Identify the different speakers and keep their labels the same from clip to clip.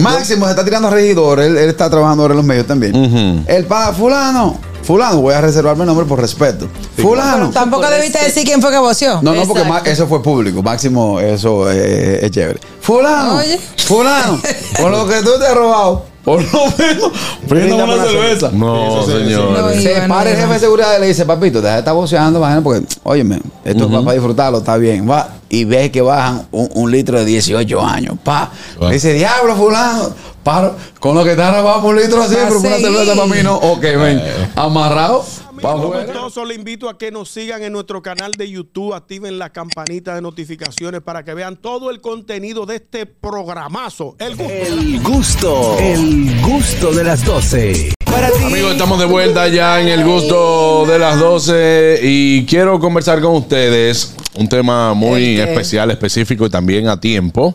Speaker 1: Máximo se está tirando a regidor, él, él está trabajando ahora en los medios también.
Speaker 2: Ujú.
Speaker 1: El pa fulano, fulano, voy a reservarme el nombre por respeto. Fulano.
Speaker 3: Tampoco
Speaker 4: Por
Speaker 3: debiste
Speaker 4: este-
Speaker 3: decir quién fue que voció.
Speaker 1: No, no, porque
Speaker 4: Exacto.
Speaker 1: ma- eso fue público. Máximo, eso eh, es chévere. Fulano,
Speaker 3: Oye.
Speaker 1: fulano, por lo que tú te has robado, por lo menos, brinda
Speaker 2: una
Speaker 1: una cerveza.
Speaker 2: No, señor.
Speaker 3: No,
Speaker 1: Se
Speaker 3: Iván,
Speaker 1: para el
Speaker 3: Iván.
Speaker 1: jefe de seguridad y le dice, papito, deja de estar boceando, bajando, porque, óyeme, esto es para disfrutarlo, está bien. Va, y ves que bajan un, un litro de 18 años. Pa.
Speaker 2: Va.
Speaker 1: Le dice, diablo, fulano. Paro, con lo que te has robado por un litro así,
Speaker 3: Va a
Speaker 1: pero una
Speaker 3: seguir.
Speaker 1: cerveza para mí no. Ok, ven. Amarrado. Pa' afuera.
Speaker 5: Gustoso, le invito a que nos sigan en nuestro canal de YouTube, activen la campanita de notificaciones para que vean todo el contenido de este programazo. El gusto.
Speaker 3: Eh,
Speaker 6: El gusto, el gusto de las 12. Para ti.
Speaker 2: Amigos, estamos de vuelta ya en el gusto de las 12 y quiero conversar con ustedes un tema muy especial, específico y también a tiempo.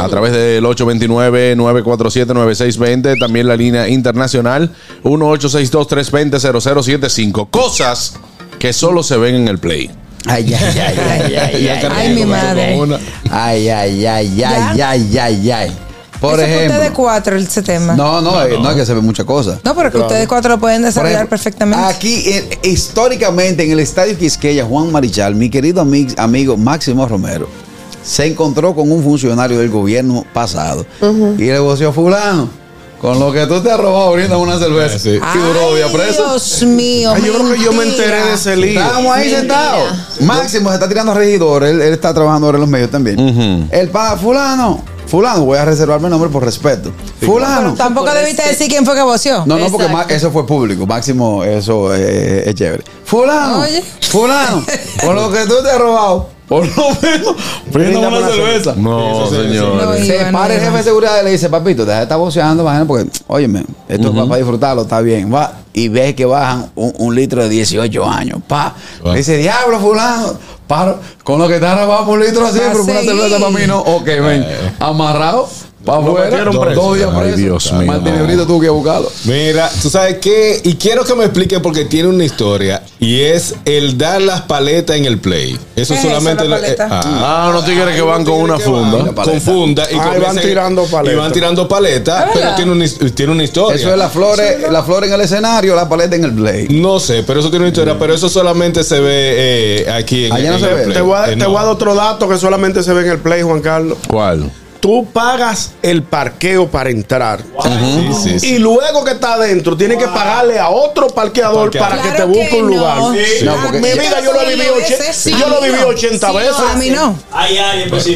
Speaker 2: A través del 829-947-9620, también la línea internacional 1862-320-0075. Cosas que solo se ven en el play.
Speaker 1: Ay, ay, ay, ay, ay, ay.
Speaker 3: Ay, mi madre.
Speaker 2: Una-
Speaker 1: Ay, ay, ay, ay, ay, ay, ay. Por
Speaker 3: Eso fue ustedes
Speaker 1: ejemplo.
Speaker 3: cuatro el ese tema. No,
Speaker 1: No, no, eh, no, es que se ve muchas cosas.
Speaker 3: pero que ustedes cuatro lo pueden
Speaker 1: Por
Speaker 3: desarrollar
Speaker 1: ejemplo,
Speaker 3: perfectamente.
Speaker 1: Aquí, eh, históricamente, en el Estadio Quisqueya, Juan Marichal, mi querido ami- amigo Máximo Romero, se encontró con un funcionario del gobierno pasado y le voció fulano. Con lo que tú te has robado ahorita una cerveza.
Speaker 2: Sí.
Speaker 1: Y duró
Speaker 3: Ay,
Speaker 1: día preso.
Speaker 3: Dios mío.
Speaker 5: Ay, yo creo que yo me
Speaker 3: mentira.
Speaker 5: enteré de ese lío.
Speaker 1: Estábamos ahí sentados. Máximo se está tirando a regidor, él, él está trabajando ahora en los medios también.
Speaker 2: Ujú.
Speaker 1: El pa fulano, fulano, voy a reservarme el nombre por respeto. Fulano.
Speaker 3: Pero tampoco
Speaker 4: Por
Speaker 3: debiste
Speaker 4: este-
Speaker 3: decir quién fue que voció.
Speaker 1: No, no, porque
Speaker 4: Exacto.
Speaker 1: ma- eso fue público. Máximo, eso eh, es chévere. Fulano,
Speaker 3: Oye.
Speaker 1: fulano, por lo que tú te has robado, por lo menos, brinda una, cerveza.
Speaker 2: No,
Speaker 3: No,
Speaker 2: señor.
Speaker 3: y-
Speaker 1: Se
Speaker 3: Iván,
Speaker 1: para el
Speaker 3: Iván.
Speaker 1: jefe de seguridad y le dice, papito, deja de estar boceando, bajando, porque, óyeme, esto es para disfrutarlo, está bien. Va, y ves que bajan un, un litro de 18 años. Pa.
Speaker 2: Va.
Speaker 1: Le dice, diablo, fulano, paro, con lo que te has robado por un litro así,
Speaker 3: Va a
Speaker 1: pero una
Speaker 3: seguir.
Speaker 1: cerveza para mí no. Ok, ven. Amarrado, para
Speaker 7: Lo
Speaker 1: afuera,
Speaker 7: metieron
Speaker 1: dos
Speaker 7: preso.
Speaker 1: días
Speaker 2: Ay,
Speaker 1: preso.
Speaker 2: Dios mío.
Speaker 1: Martinebrito tuvo que buscarlo.
Speaker 7: Mira, tú sabes qué, y quiero que me explique porque tiene una historia y es el dar las paletas en el play. Eso
Speaker 3: ¿Qué es
Speaker 7: solamente
Speaker 3: eso, la
Speaker 7: lo- eh,
Speaker 3: paleta?
Speaker 2: Ah, unos tigres que
Speaker 7: unos
Speaker 2: van con
Speaker 7: tigres
Speaker 2: una
Speaker 7: que
Speaker 2: funda.
Speaker 7: van Con funda y
Speaker 5: Ah, y van
Speaker 7: comienzan-
Speaker 5: tirando
Speaker 7: Y
Speaker 5: paleta.
Speaker 7: van tirando paletas, pero tiene, una his- tiene una historia.
Speaker 1: Eso es las flores, las flores en el escenario, la paleta en el play.
Speaker 7: No sé, pero eso tiene una historia, pero eso solamente se ve eh, aquí en,
Speaker 1: Allá no
Speaker 7: en
Speaker 1: se
Speaker 7: el
Speaker 1: ve.
Speaker 7: play.
Speaker 5: Te voy, a,
Speaker 7: Eh,
Speaker 5: te
Speaker 7: no.
Speaker 5: voy a dar otro dato que solamente se ve en el play, Juan Carlos.
Speaker 2: ¿Cuál?
Speaker 5: Tú pagas el parqueo para entrar.
Speaker 7: Sí, sí, sí.
Speaker 5: Y luego que está adentro, tienes que pagarle a otro parqueador
Speaker 7: Parqueador.
Speaker 5: para que te
Speaker 4: Claro
Speaker 5: busque
Speaker 4: que
Speaker 5: un
Speaker 4: no.
Speaker 5: lugar.
Speaker 4: Sí.
Speaker 1: No, porque-
Speaker 5: Mi vida, yo lo he vivido oche-
Speaker 3: Sí.
Speaker 5: yo lo viví 80
Speaker 3: Sí,
Speaker 5: veces.
Speaker 3: A mí no.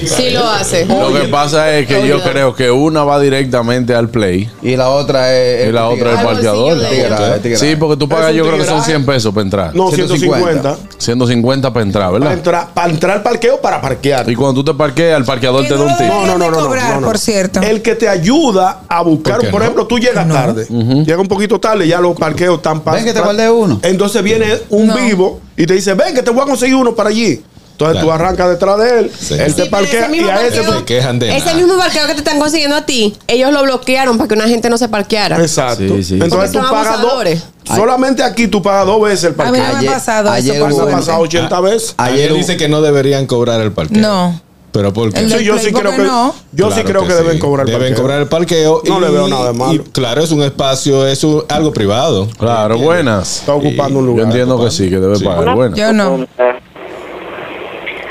Speaker 4: Sí lo hace.
Speaker 2: Lo que pasa es que yo
Speaker 4: Oye.
Speaker 2: creo que una va directamente al play.
Speaker 1: Y la otra es.
Speaker 2: Y la otra es
Speaker 4: Al
Speaker 2: parqueador.
Speaker 4: bolsillo de
Speaker 1: ella. Tigrada, tigrada.
Speaker 2: Sí, porque tú pagas,
Speaker 5: Es un
Speaker 2: yo creo que son
Speaker 5: tigraje.
Speaker 2: 100 pesos para entrar.
Speaker 5: No,
Speaker 1: 150.
Speaker 5: 150.
Speaker 2: 150 para entrar,
Speaker 5: Para
Speaker 2: ¿verdad?
Speaker 5: entrar, para entrar al parqueo, para parquear.
Speaker 2: Y cuando tú te parqueas, el parqueador
Speaker 3: Que
Speaker 2: te da
Speaker 3: no
Speaker 2: un
Speaker 3: lo
Speaker 2: tip.
Speaker 3: dejan cobrar, por cierto.
Speaker 5: El que te ayuda a buscar,
Speaker 7: ¿Por qué
Speaker 5: por,
Speaker 7: no?
Speaker 5: ejemplo, tú llegas tarde, llega un poquito tarde, ya los parqueos están pa-
Speaker 1: Ven que te
Speaker 5: pa-
Speaker 1: guardé uno.
Speaker 5: Entonces viene un
Speaker 3: No.
Speaker 5: vivo y te dice, ven que te voy a conseguir uno para allí. Entonces
Speaker 7: Claro.
Speaker 5: tú arrancas detrás de él,
Speaker 7: Sí.
Speaker 5: él te
Speaker 7: Sí, pero
Speaker 4: Sí, pero
Speaker 5: parquea y a ese pues,
Speaker 7: parqueo-
Speaker 5: te...
Speaker 7: se quejan de
Speaker 4: ese
Speaker 7: nada.
Speaker 4: mismo parqueo que te están consiguiendo a ti, ellos lo bloquearon para que una gente no se parqueara.
Speaker 5: Exacto.
Speaker 1: Sí, sí.
Speaker 4: Porque
Speaker 5: Entonces tú
Speaker 4: son
Speaker 5: pagas dos.
Speaker 4: abusadores.
Speaker 5: Solamente aquí tú pagas dos veces el
Speaker 3: A mí
Speaker 5: parqueo.
Speaker 3: no me
Speaker 1: Ayer-
Speaker 3: ha pasado
Speaker 1: ayer
Speaker 3: eso. por
Speaker 1: hubo-
Speaker 5: Eso ha
Speaker 3: suerte.
Speaker 5: pasado 80 veces.
Speaker 7: Ah, Ayer
Speaker 1: Ayer
Speaker 7: dice que no deberían cobrar el parqueo.
Speaker 3: No.
Speaker 7: ¿Pero por qué?
Speaker 3: El
Speaker 5: Sí, yo
Speaker 3: Play,
Speaker 5: sí creo
Speaker 3: ¿por qué
Speaker 5: que
Speaker 3: no?
Speaker 5: yo sí
Speaker 7: Claro
Speaker 5: creo que,
Speaker 7: sí.
Speaker 5: deben cobrar el
Speaker 7: Deben
Speaker 5: parqueo.
Speaker 7: cobrar el parqueo.
Speaker 5: No le veo nada de malo.
Speaker 7: y claro, es un espacio, es un- algo privado.
Speaker 2: Claro, buenas.
Speaker 5: Está ocupando un
Speaker 2: Yo
Speaker 5: lugar.
Speaker 2: entiendo que sí, que debe
Speaker 7: Sí.
Speaker 2: pagar.
Speaker 8: Hola.
Speaker 2: Buenas.
Speaker 3: Yo no.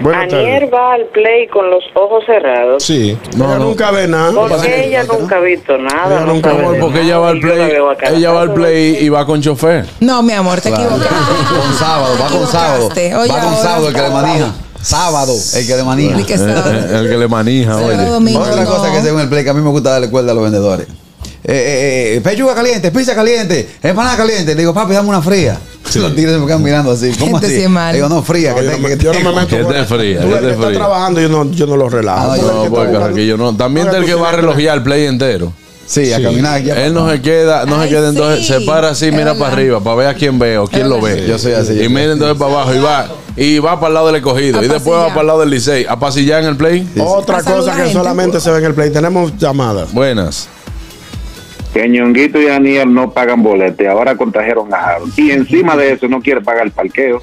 Speaker 5: Buenas tardes.
Speaker 8: Anier va al play con los ojos cerrados.
Speaker 7: Sí.
Speaker 5: Ella nunca ve nada.
Speaker 8: Porque ella nunca ha visto nada.
Speaker 5: Ella
Speaker 8: no
Speaker 5: nunca
Speaker 8: sabe
Speaker 5: ve
Speaker 8: de
Speaker 5: nada.
Speaker 2: Porque
Speaker 8: nada,
Speaker 2: ella va
Speaker 8: y
Speaker 2: al
Speaker 8: yo la
Speaker 2: play,
Speaker 8: veo a cada
Speaker 2: ella va al
Speaker 8: rato,
Speaker 2: play
Speaker 8: ¿no?
Speaker 2: y va con chofer.
Speaker 3: No, mi amor, te equivocaste.
Speaker 1: Con sábado, va con sábado.
Speaker 3: Te equivocaste. Oye,
Speaker 1: Va con
Speaker 3: ahora-
Speaker 1: sábado el que le manija. Sábado el que le manija.
Speaker 3: Ni que
Speaker 2: Eh,
Speaker 3: sábado.
Speaker 2: eh, El que le manija,
Speaker 3: Sábado,
Speaker 2: oye.
Speaker 3: domingo,
Speaker 1: Otra
Speaker 3: no.
Speaker 1: cosa que según el play que a mí me gusta darle cuerda a los vendedores. Eh, eh, eh, pechuga caliente, pizza caliente, empanada caliente. Le digo, papi, dame una fría. Los tigres se me quedan mirando así. ¿Cómo
Speaker 3: Gente
Speaker 1: así?
Speaker 3: sí es mala.
Speaker 1: Le digo, no, fría. que
Speaker 5: yo
Speaker 1: te-
Speaker 5: no me-
Speaker 1: que te-
Speaker 5: yo no me meto.
Speaker 2: Que esté fría,
Speaker 5: Tú el
Speaker 2: que
Speaker 5: que
Speaker 2: esté
Speaker 5: está
Speaker 2: fría.
Speaker 5: trabajando yo no, yo no lo relajo. Tú
Speaker 1: Ah,
Speaker 5: el que
Speaker 2: No,
Speaker 5: está
Speaker 2: porque
Speaker 5: buscando-
Speaker 2: Carraquillo no. También
Speaker 5: Ahora
Speaker 2: está el
Speaker 5: tú
Speaker 2: que va a
Speaker 5: tienes
Speaker 2: relojear el play entero.
Speaker 1: Sí, a caminar aquí.
Speaker 2: Él no se queda, no se
Speaker 3: Ay,
Speaker 2: queda, entonces
Speaker 3: sí.
Speaker 2: se para así,
Speaker 3: Es
Speaker 2: mira
Speaker 3: verdad.
Speaker 2: para arriba, para ver a quién veo, quién lo ve.
Speaker 1: Sí, yo soy así, yo
Speaker 2: Y
Speaker 1: soy
Speaker 2: mira entonces para abajo y va, y va para el lado del escogido.
Speaker 3: A
Speaker 2: Y después va
Speaker 3: pasillar.
Speaker 2: para el lado del Licey. A pasillar en el play.
Speaker 5: Otra
Speaker 3: Para saludar
Speaker 5: cosa que
Speaker 3: gente. pues.
Speaker 5: solamente se ve en el play. Tenemos llamadas.
Speaker 2: Buenas.
Speaker 9: Que Ñonguito y Aniel no pagan boletes, ahora contagiaron a Harold. Y encima de eso no quiere pagar el parqueo.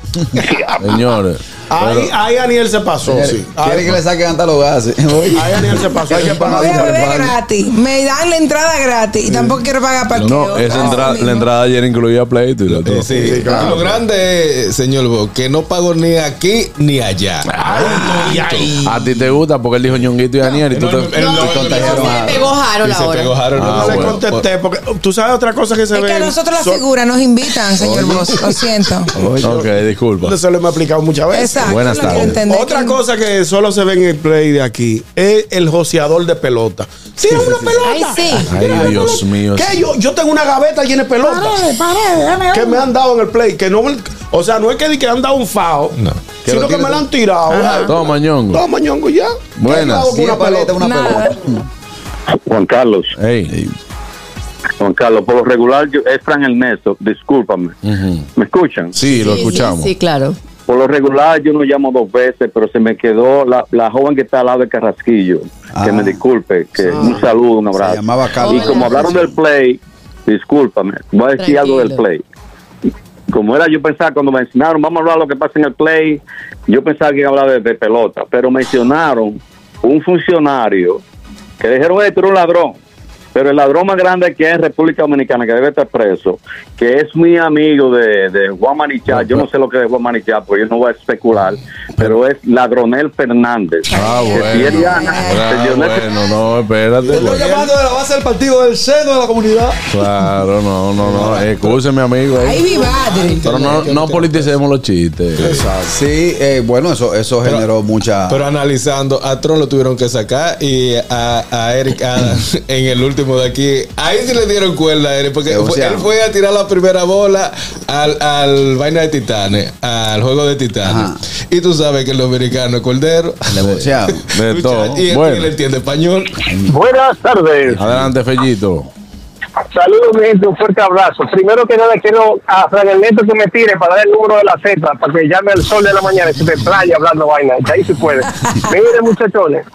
Speaker 2: Señores,
Speaker 5: Ahí, ahí Aniel se pasó, sí.
Speaker 1: Quiere que le saquen hasta los gases. Oye.
Speaker 5: Ahí Aniel se pasó.
Speaker 1: Hay que
Speaker 3: Voy
Speaker 1: pagar.
Speaker 3: a beber
Speaker 1: Vale.
Speaker 3: gratis. Me dan la entrada gratis. Y tampoco quiero pagar parqueo.
Speaker 2: No, esa
Speaker 3: Ah,
Speaker 2: entrada,
Speaker 3: mismo.
Speaker 2: la entrada ayer incluía pleito y lo todo.
Speaker 7: Eh, sí. Lo grande es, señor Bo, que no pago ni aquí ni allá.
Speaker 5: Ay, ay.
Speaker 2: A ti te gusta porque él dijo ñonguito y Daniel y tú
Speaker 7: No,
Speaker 2: te.
Speaker 7: no,
Speaker 1: Te
Speaker 7: no,
Speaker 1: contagiaron
Speaker 4: Se
Speaker 1: a-
Speaker 4: me pegó Harold
Speaker 7: Y se
Speaker 4: ahora.
Speaker 7: pegó Harold.
Speaker 2: Ah,
Speaker 5: No le
Speaker 2: bueno.
Speaker 5: contesté porque tú sabes otra cosa que se
Speaker 3: Es
Speaker 5: ve.
Speaker 3: que a nosotros las figuras nos invitan, señor Bosch. Lo siento.
Speaker 2: Ok, disculpa.
Speaker 5: Se lo hemos aplicado muchas
Speaker 3: Exacto.
Speaker 5: veces.
Speaker 2: Buenas
Speaker 3: es lo que
Speaker 2: tardes.
Speaker 3: entendí,
Speaker 5: Otra
Speaker 3: que-
Speaker 5: cosa que solo se ve en el play de aquí es el joseador de pelota. Tira una pelota.
Speaker 4: Ay, sí.
Speaker 2: Ay, Dios mío.
Speaker 5: ¿Qué? Yo, yo tengo una gaveta llena de pelotas. que me han dado en el play. Que no, o sea, no es que, di que han dado un fao,
Speaker 1: Que
Speaker 5: sino
Speaker 1: lo
Speaker 5: que
Speaker 1: tiene
Speaker 5: me la
Speaker 1: tú.
Speaker 5: han tirado. Ay,
Speaker 2: Toma, ñongo.
Speaker 5: Toma, ñongo, ya.
Speaker 2: Buenas.
Speaker 5: ¿Qué hago con
Speaker 1: Diez
Speaker 5: una
Speaker 1: paletas,
Speaker 5: pelota?
Speaker 1: una
Speaker 3: Nada.
Speaker 1: pelota.
Speaker 9: Juan Carlos,
Speaker 2: Ey.
Speaker 9: Juan Carlos, por lo regular yo, es Fran Ernesto, discúlpame.
Speaker 2: Ujú.
Speaker 9: ¿Me escuchan?
Speaker 2: Sí, lo
Speaker 4: Sí, sí,
Speaker 2: escuchamos.
Speaker 4: Sí, claro.
Speaker 9: Por lo regular yo no llamo dos veces, pero se me quedó la, la joven que está al lado de Carrasquillo.
Speaker 1: Ah.
Speaker 9: Que me disculpe, que un saludo, un abrazo.
Speaker 1: Se llamaba Carlos.
Speaker 9: Y como hablaron del play, discúlpame, voy a decir
Speaker 4: Tranquilo.
Speaker 9: algo del play. Como era yo pensaba cuando mencionaron, vamos a hablar de lo que pasa en el play, yo pensaba que iba a hablar de, de pelota, pero mencionaron un funcionario que le dijeron, "Ey, tú eres un ladrón. Pero el ladrón más grande que hay en República Dominicana, que debe estar preso, que es mi amigo de, de Juan Manichá, yo no sé lo que es Juan Manichá, porque yo no voy a especular, pero es Ladronel Fernández.
Speaker 2: Ah,
Speaker 9: Que si él
Speaker 2: bueno.
Speaker 9: gana,
Speaker 3: Eh,
Speaker 2: Ah,
Speaker 9: el Lionel-
Speaker 2: bueno, no, espérate.
Speaker 1: Estoy
Speaker 2: pues.
Speaker 1: llamando de la base del partido del seno de la comunidad.
Speaker 2: Claro, no, no, no. eh, Escúcheme, amigo.
Speaker 3: Ahí
Speaker 2: ey.
Speaker 3: vi Badri.
Speaker 2: Pero no, no politicemos los chistes.
Speaker 1: Sí, eh, bueno, eso, eso generó mucha.
Speaker 7: Pero analizando, a Tron lo tuvieron que sacar y a, a Eric Adams en el último de aquí. Ahí sí le dieron cuerda a Eric, porque
Speaker 1: Se
Speaker 7: fue-
Speaker 1: bucearon.
Speaker 7: él fue a tirar la primera bola al, al vaina de Titanes, al juego de Titanes.
Speaker 1: Ajá.
Speaker 7: Y tú sabes que el dominicano es cordero.
Speaker 1: Le bocearon.
Speaker 2: De todo.
Speaker 7: Y él, y él
Speaker 2: Bueno,
Speaker 7: entiende español.
Speaker 10: Buenas tardes.
Speaker 2: adelante, Fellito.
Speaker 10: Saludos, mi gente. Un fuerte abrazo. Primero que nada, quiero a Fran Ernesto que me tire para dar el número de la Z, para que llame al sol de la mañana y se me playa hablando vaina. que ahí se puede. Miren, muchachones,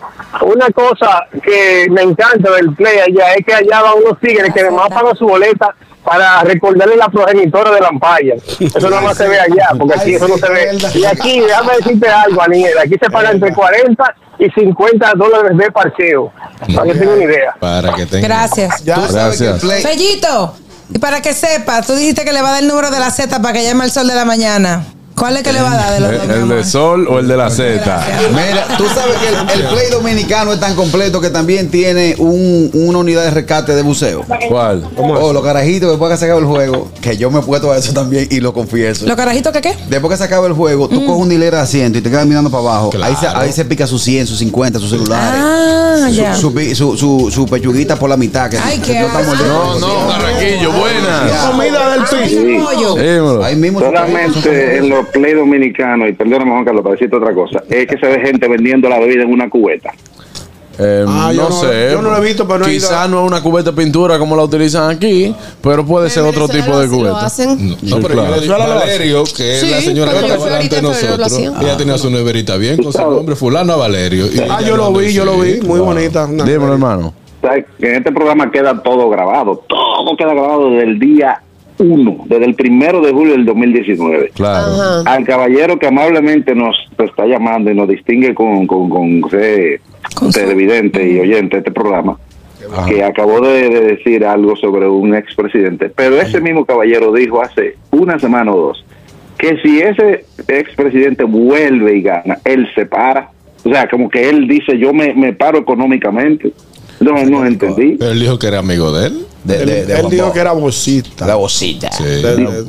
Speaker 10: una cosa que me encanta del play allá es que allá van unos tigres que además pagan su boleta para recordarle la progenitora de la ampalla. Eso nada más se ve allá, porque aquí eso no se ve. Y aquí, déjame decirte algo, Aniel, aquí se paga entre 40 y 50 dólares de parqueo, para que tenga una idea.
Speaker 7: Para que tenga.
Speaker 3: Gracias.
Speaker 1: Tú sabes que el
Speaker 2: Gracias.
Speaker 1: play-
Speaker 3: Fellito, y para que sepas, tú dijiste que le va a dar el número de la Z para que llame al sol de la mañana. ¿Cuál es que le va a dar de los
Speaker 2: Eh, ¿El,
Speaker 3: dos, mi
Speaker 2: el de
Speaker 3: amor?
Speaker 2: Sol o el de la Z?
Speaker 1: Mira, tú sabes que el, el play dominicano es tan completo que también tiene un- una unidad de rescate de buceo.
Speaker 2: ¿Cuál?
Speaker 1: Oh, los carajitos, después que se acaba el juego, que yo me he puesto a eso también y lo confieso.
Speaker 3: ¿Los carajitos que Mm. qué?
Speaker 1: Después que se acaba el juego, tú coges un hilera de asiento y te quedas mirando para abajo. Ahí, se, ahí se pica sus 100, sus 50, sus celulares.
Speaker 3: Ah, ya.
Speaker 1: su, su pi- su, su- su pechuguita por la mitad. Que
Speaker 3: Ay,
Speaker 1: que
Speaker 3: qué
Speaker 1: no está
Speaker 3: asco.
Speaker 2: No,
Speaker 1: mordiendo.
Speaker 2: no, Carraquillo, buenas.
Speaker 5: Comida del
Speaker 3: Ay,
Speaker 5: piso.
Speaker 3: Ah, el pollo.
Speaker 2: Dímelo.
Speaker 1: Ahí mismo. se
Speaker 9: Solamente en los play dominicanos, y perdóname Juan Carlos, para decirte otra cosa, es que se ve gente vendiendo la bebida en una cubeta.
Speaker 2: Eh,
Speaker 5: Ah, yo
Speaker 2: no,
Speaker 5: no-
Speaker 2: sé.
Speaker 5: yo no lo he visto, pero no he ido
Speaker 2: Quizás
Speaker 5: a-
Speaker 2: no es una cubeta de pintura como la utilizan aquí, pero puede ser otro
Speaker 4: Venezuela
Speaker 2: tipo de
Speaker 4: sí lo
Speaker 2: cubeta.
Speaker 4: hacen.
Speaker 7: No, no, pero
Speaker 2: claro.
Speaker 7: yo le digo, Valerio, que es
Speaker 4: Sí,
Speaker 7: la señora que
Speaker 4: pero yo
Speaker 7: estaba
Speaker 4: fui ahorita
Speaker 7: delante de
Speaker 4: en febrero, lo
Speaker 7: nosotros,
Speaker 4: hacía.
Speaker 7: ella tenía su neverita bien con su
Speaker 9: Claro.
Speaker 7: nombre, fulano a Valerio. y
Speaker 5: Ah,
Speaker 7: ella
Speaker 5: yo lo
Speaker 7: hablando,
Speaker 5: vi, yo
Speaker 7: sí,
Speaker 5: lo vi. Muy
Speaker 7: claro.
Speaker 5: bonita. Una-
Speaker 2: Dímelo, hermano.
Speaker 9: ¿Sabes? Que En este programa queda todo grabado, todo queda grabado desde el día 1, desde el primero de julio del 2019.
Speaker 2: Claro.
Speaker 4: Ajá.
Speaker 9: Al caballero que amablemente nos está llamando y nos distingue con, con, con, ese
Speaker 3: Con su-
Speaker 9: televidente y oyente de este programa,
Speaker 2: Ajá.
Speaker 9: que acabó de, de decir algo sobre un expresidente, pero ese mismo caballero dijo hace una semana o dos que si ese expresidente vuelve y gana, él se para. O sea, como que él dice, yo me, me paro económicamente. No, no entendí.
Speaker 7: Pero él dijo que era amigo de él.
Speaker 1: De, de,
Speaker 5: Él,
Speaker 1: de
Speaker 5: él
Speaker 1: Juan
Speaker 5: dijo
Speaker 1: Bosch.
Speaker 5: que era bolsita.
Speaker 1: La bocita.
Speaker 7: Sí.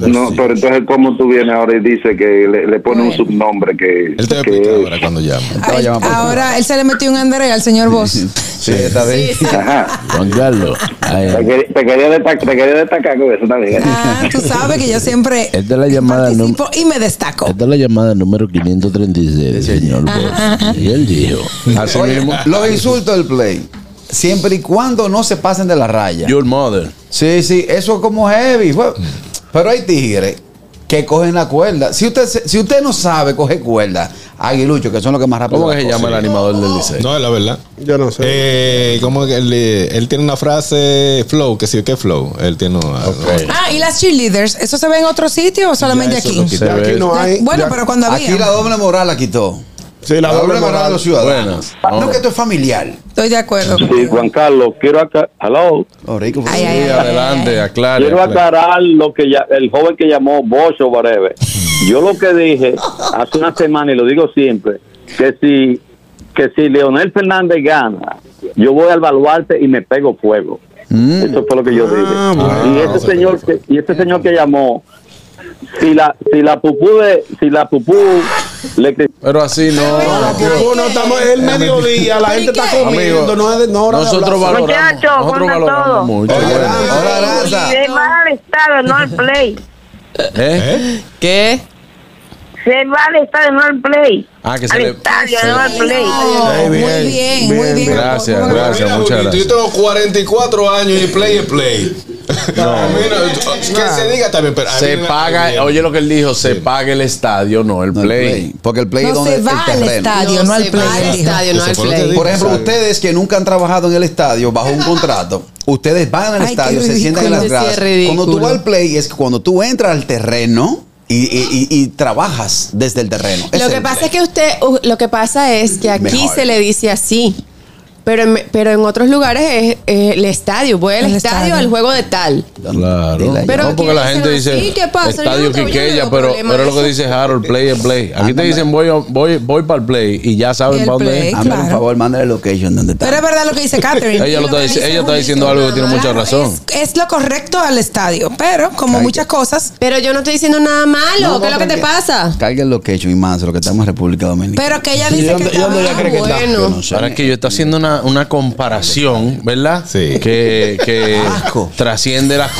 Speaker 9: No, pero entonces, ¿cómo tú vienes ahora y dices que le, le pone un
Speaker 3: Bueno.
Speaker 9: subnombre que,
Speaker 7: Él te va a
Speaker 9: que
Speaker 7: explicar
Speaker 9: es-
Speaker 7: ahora cuando llame.
Speaker 1: Estaba
Speaker 3: Ay,
Speaker 1: llamando por
Speaker 3: ahora él se le metió un André al señor Bosch.
Speaker 1: Sí, está bien.
Speaker 9: Ajá.
Speaker 2: Juan Carlos. Ay,
Speaker 9: Te quería, te quería destacar, te quería destacar con eso también.
Speaker 3: Ah, tú sabes que yo siempre
Speaker 2: Esta es la llamada
Speaker 3: participo y me destaco.
Speaker 2: es la llamada número 536 del señor Y él dijo. Así
Speaker 1: Oye,
Speaker 2: mismo.
Speaker 1: los insultos del play. Siempre y cuando no se pasen de la raya.
Speaker 2: Your mother.
Speaker 1: Sí, sí, eso es como heavy. fue- Pero hay tigres que cogen la cuerda. Si usted, se- si usted no sabe coger cuerda, aguilucho, que son los que más rápido.
Speaker 2: ¿Cómo que
Speaker 1: las
Speaker 2: se llama el
Speaker 1: cogen.
Speaker 2: animador del liceo?
Speaker 7: No, es la verdad.
Speaker 5: Yo no sé.
Speaker 7: Eh, como que él, él tiene una frase flow, que sí, que flow. Él tiene una.
Speaker 3: Ah, y las cheerleaders, ¿eso se ve en otro sitio o solamente
Speaker 7: Ya, eso
Speaker 3: aquí?
Speaker 7: lo quitaron.
Speaker 5: Aquí no hay.
Speaker 3: Bueno,
Speaker 5: ya-
Speaker 3: pero cuando había.
Speaker 1: Aquí la doble moral la quitó.
Speaker 5: Sí, la doble moral.
Speaker 1: de los ciudadanos.
Speaker 2: Bueno,
Speaker 1: no,
Speaker 2: no.
Speaker 1: que esto es familiar.
Speaker 3: Estoy de acuerdo.
Speaker 9: Sí, Juan Carlos, quiero acá. Hello.
Speaker 1: Oh, rico,
Speaker 3: Ay, ay,
Speaker 2: Sí,
Speaker 3: ay,
Speaker 4: Eh.
Speaker 2: adelante, aclare.
Speaker 9: Quiero
Speaker 2: aclare.
Speaker 9: aclarar lo que ya, el joven que llamó Bocho breve. Yo lo que dije hace una semana y lo digo siempre, que si que si Leonel Fernández gana, yo voy al baluarte y me pego fuego. Eso fue lo que yo dije.
Speaker 7: bueno.
Speaker 9: y
Speaker 7: Mm. Ah,
Speaker 9: ese
Speaker 7: se
Speaker 9: señor que, y ese señor que llamó si la si la pupú de, si la pupú le cri-
Speaker 2: Pero así no.
Speaker 5: Bueno, estamos es el mediodía, la
Speaker 3: ¿Pero y
Speaker 5: gente está
Speaker 3: qué?
Speaker 5: comiendo,
Speaker 2: Amigo,
Speaker 5: no es de- no es hora de
Speaker 2: Nosotros
Speaker 5: hablar.
Speaker 2: valoramos.
Speaker 8: Muchachos,
Speaker 2: nosotros
Speaker 8: pongan
Speaker 2: valoramos
Speaker 8: todo.
Speaker 2: mucho.
Speaker 1: Oye,
Speaker 2: Bueno,
Speaker 1: Aranza, ahora
Speaker 5: Pues,
Speaker 1: Aranza.
Speaker 8: Se va al estado, no al play.
Speaker 2: ¿eh?
Speaker 4: ¿Qué?
Speaker 8: Se va al estadio, no al play.
Speaker 2: Ah, que se
Speaker 8: al
Speaker 2: le-
Speaker 8: estadio,
Speaker 2: se
Speaker 8: no
Speaker 2: le-
Speaker 8: al play.
Speaker 3: Oh, muy
Speaker 5: bien,
Speaker 3: bien, muy
Speaker 5: bien,
Speaker 3: bien.
Speaker 2: gracias,
Speaker 3: ¿Cómo que-
Speaker 2: gracias.
Speaker 7: Mira,
Speaker 2: muchas
Speaker 7: Julito,
Speaker 2: gracias.
Speaker 7: Yo tengo 44 años y play es play. A mí no, que se diga también, pero a mí
Speaker 2: Se
Speaker 7: no me-
Speaker 2: paga, oye lo que él dijo, se paga el estadio, no el
Speaker 1: No, el play.
Speaker 2: play.
Speaker 1: Porque el play es
Speaker 3: No
Speaker 1: donde
Speaker 3: se
Speaker 1: el
Speaker 3: va al
Speaker 1: terreno.
Speaker 3: estadio, no, al
Speaker 4: se
Speaker 3: play.
Speaker 4: va al
Speaker 3: dijo.
Speaker 4: estadio, no
Speaker 7: Eso
Speaker 4: al
Speaker 7: fue lo que
Speaker 4: play.
Speaker 7: dijo.
Speaker 1: Por ejemplo, ustedes que nunca han trabajado en el estadio bajo un contrato, ustedes van al
Speaker 3: Ay, qué
Speaker 1: estadio, se
Speaker 3: ridículo.
Speaker 1: sientan en las
Speaker 4: Sí,
Speaker 1: gradas.
Speaker 4: es ridículo.
Speaker 1: Cuando tú vas al play es que cuando tú entras al terreno y, y- y- y trabajas desde el terreno.
Speaker 4: Lo que pasa es que usted, u- lo que pasa es que aquí
Speaker 1: Mejor.
Speaker 4: se le dice así, pero en, pero en otros lugares es, es el estadio, voy al
Speaker 3: El
Speaker 4: estadio
Speaker 3: estadio.
Speaker 4: al juego de tal.
Speaker 2: Claro.
Speaker 4: Pero
Speaker 2: no,
Speaker 4: aquí
Speaker 2: porque la
Speaker 4: dicen
Speaker 2: gente dice
Speaker 4: así, ¿qué pasa? Yo
Speaker 2: estadio
Speaker 4: no te- yo no
Speaker 2: Quiqueya,
Speaker 4: veo
Speaker 2: pero,
Speaker 4: problema
Speaker 2: pero
Speaker 4: en
Speaker 2: lo que dice Harold, play es play. Aquí te dicen voy, voy, voy para el play y ya
Speaker 3: Y
Speaker 2: saben
Speaker 3: el
Speaker 2: para dónde
Speaker 3: play.
Speaker 2: es.
Speaker 1: Hazme un
Speaker 3: eh, claro.
Speaker 1: favor, mándale location donde está.
Speaker 3: Pero es verdad lo que dice Catherine.
Speaker 2: Ella lo está
Speaker 3: que
Speaker 2: dici-
Speaker 3: dice
Speaker 2: ella está
Speaker 3: Julito,
Speaker 2: diciendo algo que tiene mucha
Speaker 3: claro,
Speaker 2: razón.
Speaker 3: Es, es lo correcto al estadio, pero como
Speaker 1: Ay,
Speaker 3: muchas cosas.
Speaker 4: Pero yo no estoy diciendo nada malo,
Speaker 1: No,
Speaker 4: ¿qué es lo que te
Speaker 1: tranquila.
Speaker 4: pasa?
Speaker 1: Carga el location y más lo que estamos en República Dominicana.
Speaker 3: Pero que ella dice
Speaker 1: dónde-
Speaker 3: que
Speaker 1: y dónde
Speaker 3: está
Speaker 1: ella cree que está?
Speaker 4: bueno.
Speaker 1: Yo no sé.
Speaker 2: Ahora que yo está haciendo una, una comparación, ¿verdad?
Speaker 7: Sí.
Speaker 2: Que, que
Speaker 1: Asco.
Speaker 2: trasciende las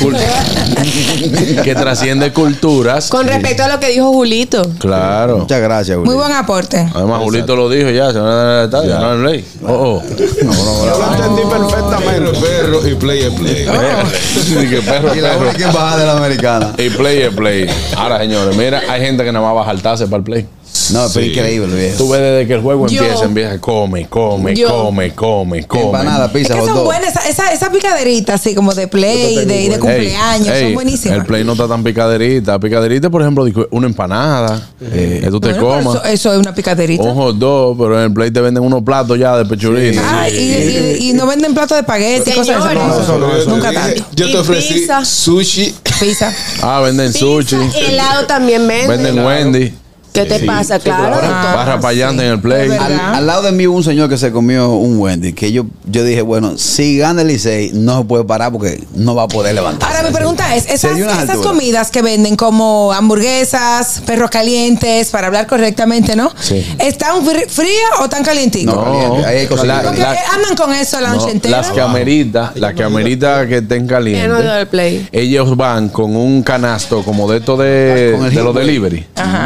Speaker 2: culturas. que trasciende culturas.
Speaker 4: Con respecto a lo que dijo Julito.
Speaker 2: Claro.
Speaker 1: Muchas gracias,
Speaker 3: Muy
Speaker 1: Julio.
Speaker 3: buen aporte.
Speaker 2: Además, Julito lo dijo ya, se van a dar el estadio, no el play. Oh, oh.
Speaker 5: Yo lo entendí
Speaker 7: Perro,
Speaker 5: perfectamente.
Speaker 7: perro y play es play.
Speaker 2: Sí, que perro,
Speaker 1: Y la
Speaker 2: perro.
Speaker 1: única embajada de la americana.
Speaker 2: Y play es play. Ahora, señores, mira, hay gente que nada más va a saltarse para el play.
Speaker 1: No, pero
Speaker 7: Sí.
Speaker 1: increíble, viejo.
Speaker 2: Tú ves desde que el juego
Speaker 4: Yo.
Speaker 2: empieza, empieza, come, come,
Speaker 4: Yo.
Speaker 2: come, come, come.
Speaker 1: Empanada,
Speaker 3: Es
Speaker 1: pizza,
Speaker 3: que
Speaker 1: hot
Speaker 3: son
Speaker 1: dog.
Speaker 3: buenas, esa, esa, esa picaderitas así como de play, de, de
Speaker 2: Ey,
Speaker 3: cumpleaños,
Speaker 2: ey,
Speaker 3: son buenísimas.
Speaker 2: El play no está tan picaderita. Picaderita, por ejemplo, dijo, una empanada,
Speaker 1: Eh.
Speaker 2: que tú te
Speaker 3: Bueno, pero
Speaker 2: comas.
Speaker 3: eso, eso es una picaderita.
Speaker 2: Un hot dog, pero en el play te venden unos platos ya de pechurina.
Speaker 3: Ay, y, y- y no venden plato de espagueti, cosas de esas.
Speaker 4: Señores.
Speaker 3: No,
Speaker 5: Eso no, eso
Speaker 3: Nunca
Speaker 7: Yo te dije,
Speaker 3: tanto.
Speaker 7: Yo te
Speaker 4: Y
Speaker 7: ofrecí
Speaker 4: pizza.
Speaker 7: sushi.
Speaker 3: Pizza.
Speaker 2: Ah, venden
Speaker 4: Pizza,
Speaker 2: sushi.
Speaker 4: helado también venden.
Speaker 2: Venden Wendy.
Speaker 4: ¿Qué te pasa? Claro.
Speaker 3: claro.
Speaker 4: todo.
Speaker 2: Barra payante en el play.
Speaker 3: Es verdad.
Speaker 1: Al, al lado de mí hubo un señor que se comió un Wendy, que yo, yo dije, bueno, si gana el Licey, no se puede parar porque no va a poder levantar.
Speaker 3: Ahora mi pregunta es,
Speaker 1: Se
Speaker 3: esas,
Speaker 1: dio unas
Speaker 3: esas
Speaker 1: alturas.
Speaker 3: comidas que venden como hamburguesas, perros calientes, para hablar correctamente, ¿no?
Speaker 2: Sí.
Speaker 3: ¿Están fri- frías o están calentitas?
Speaker 1: No, caliente. Ahí hay cosas
Speaker 2: La-
Speaker 3: Porque
Speaker 1: calientes.
Speaker 2: la-
Speaker 3: andan con eso la noche
Speaker 2: No,
Speaker 3: entera.
Speaker 2: las cameritas, las cameritas que estén
Speaker 4: Ya no veo el
Speaker 2: calientes,
Speaker 4: play.
Speaker 2: ellos van con un canasto como de esto de,
Speaker 1: Ah, con el
Speaker 2: de los
Speaker 1: Subway.
Speaker 2: delivery,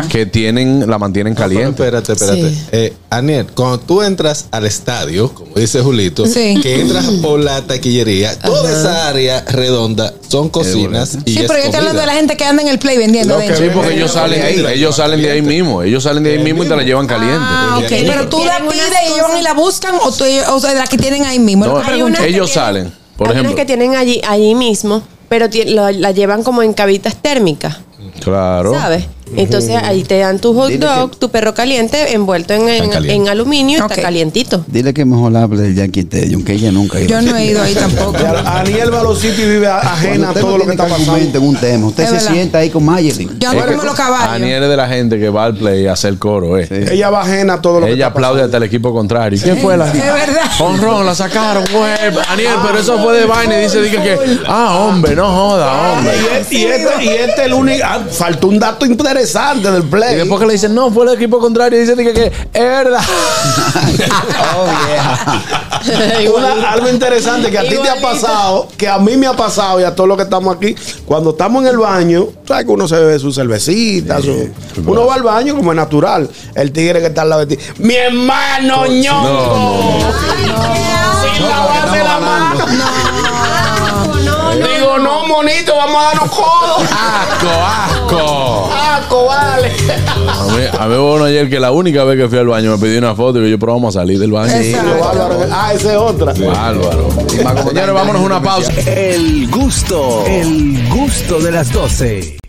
Speaker 2: que tienen, la mantienen caliente.
Speaker 7: Espérate, espérate.
Speaker 4: Sí.
Speaker 7: Eh, Aniel, cuando tú entras al estadio, como dice Julito,
Speaker 3: Sí.
Speaker 7: que entras por la taquillería, toda esa área redonda son cocinas y
Speaker 3: Sí,
Speaker 7: es
Speaker 3: pero yo te hablo
Speaker 7: comida.
Speaker 3: de la gente que anda en el play vendiendo.
Speaker 7: Lo que
Speaker 3: adentro.
Speaker 2: Sí, porque
Speaker 7: Eh,
Speaker 2: ellos
Speaker 7: eh,
Speaker 2: salen,
Speaker 7: eh, eh,
Speaker 2: ellos salen de ahí
Speaker 7: caliente.
Speaker 2: mismo, ellos salen de ahí
Speaker 7: Ahí
Speaker 2: mismo y te la
Speaker 7: mismo.
Speaker 2: llevan caliente.
Speaker 3: Ah, ok.
Speaker 7: Tienen-
Speaker 3: Pero tú la
Speaker 4: tienen unas
Speaker 3: pides y ellos van y la buscan o, tú- o sea, la que tienen ahí mismo.
Speaker 2: No,
Speaker 3: Lo que
Speaker 4: Hay
Speaker 3: pregunto.
Speaker 4: unas que
Speaker 2: ellos
Speaker 4: tienen-
Speaker 2: salen, por
Speaker 4: hay
Speaker 2: ejemplo.
Speaker 4: unas que tienen allí, allí mismo, pero ti- lo- la llevan como en cabitas térmicas.
Speaker 2: Claro.
Speaker 4: ¿Sabes? Entonces ahí te dan tu hot
Speaker 1: Dile
Speaker 4: dog,
Speaker 1: que-
Speaker 4: tu perro caliente envuelto en, en-
Speaker 7: caliente.
Speaker 4: en aluminio y
Speaker 3: Ok.
Speaker 4: está calientito.
Speaker 1: Dile que mejor hable del Yankee Stadium, que ella nunca ha ido.
Speaker 3: Yo no he ido ahí tampoco.
Speaker 5: Aniel va a los sitios y vive a- ajena a
Speaker 1: Usted
Speaker 5: todo
Speaker 1: no
Speaker 5: lo que
Speaker 1: tiene
Speaker 5: está
Speaker 1: argumento
Speaker 5: pasando.
Speaker 1: en un tema. Usted
Speaker 3: Es
Speaker 1: se
Speaker 3: verdad.
Speaker 1: sienta ahí con Mayelin.
Speaker 3: Yo
Speaker 2: Es
Speaker 3: ando
Speaker 2: que
Speaker 3: como los caballos.
Speaker 2: Aniel es de la gente que va al play a hacer coro, eh.
Speaker 5: Ella va ajena a todo lo que
Speaker 2: Ella
Speaker 5: está pasando.
Speaker 2: aplaude hasta el equipo contrario. ¿Y ¿Quién fue la?
Speaker 3: Es verdad.
Speaker 2: Honrón, la sacaron, güey. Aniel, pero eso fue de vaina. Y dice, dije que, ah, hombre, no joda, hombre.
Speaker 5: Y este, y este, y este el único. ah, faltó un dato interesante del
Speaker 2: Y
Speaker 5: play.
Speaker 2: después que le dicen, no, fue el equipo contrario. Y dice, dije que, es verdad.
Speaker 1: Oh, vieja.
Speaker 5: Una- algo interesante que a ti te ha
Speaker 4: Igualito.
Speaker 5: pasado, que a mí me ha pasado y a todos los que estamos aquí, cuando estamos en el baño, sabes que uno se bebe su cervecita, su- uno va al baño como es natural. El tigre que está al lado de ti, mi hermano ñongo, sin lavarse la mano.
Speaker 4: No, no,
Speaker 5: Digo, no, mo- bonito, vamos a darnos codo.
Speaker 2: Asco, asco.
Speaker 5: Asco, vale.
Speaker 2: A mí, a mí hubo uno ayer que la única vez que fui al baño me pidió una foto y yo, pero vamos a salir del baño.
Speaker 5: Qué bárbaro. Ah, esa es otra.
Speaker 2: Bárbaro.
Speaker 1: como
Speaker 2: Señores, vámonos a una pausa.
Speaker 6: El gusto, el gusto de las 12.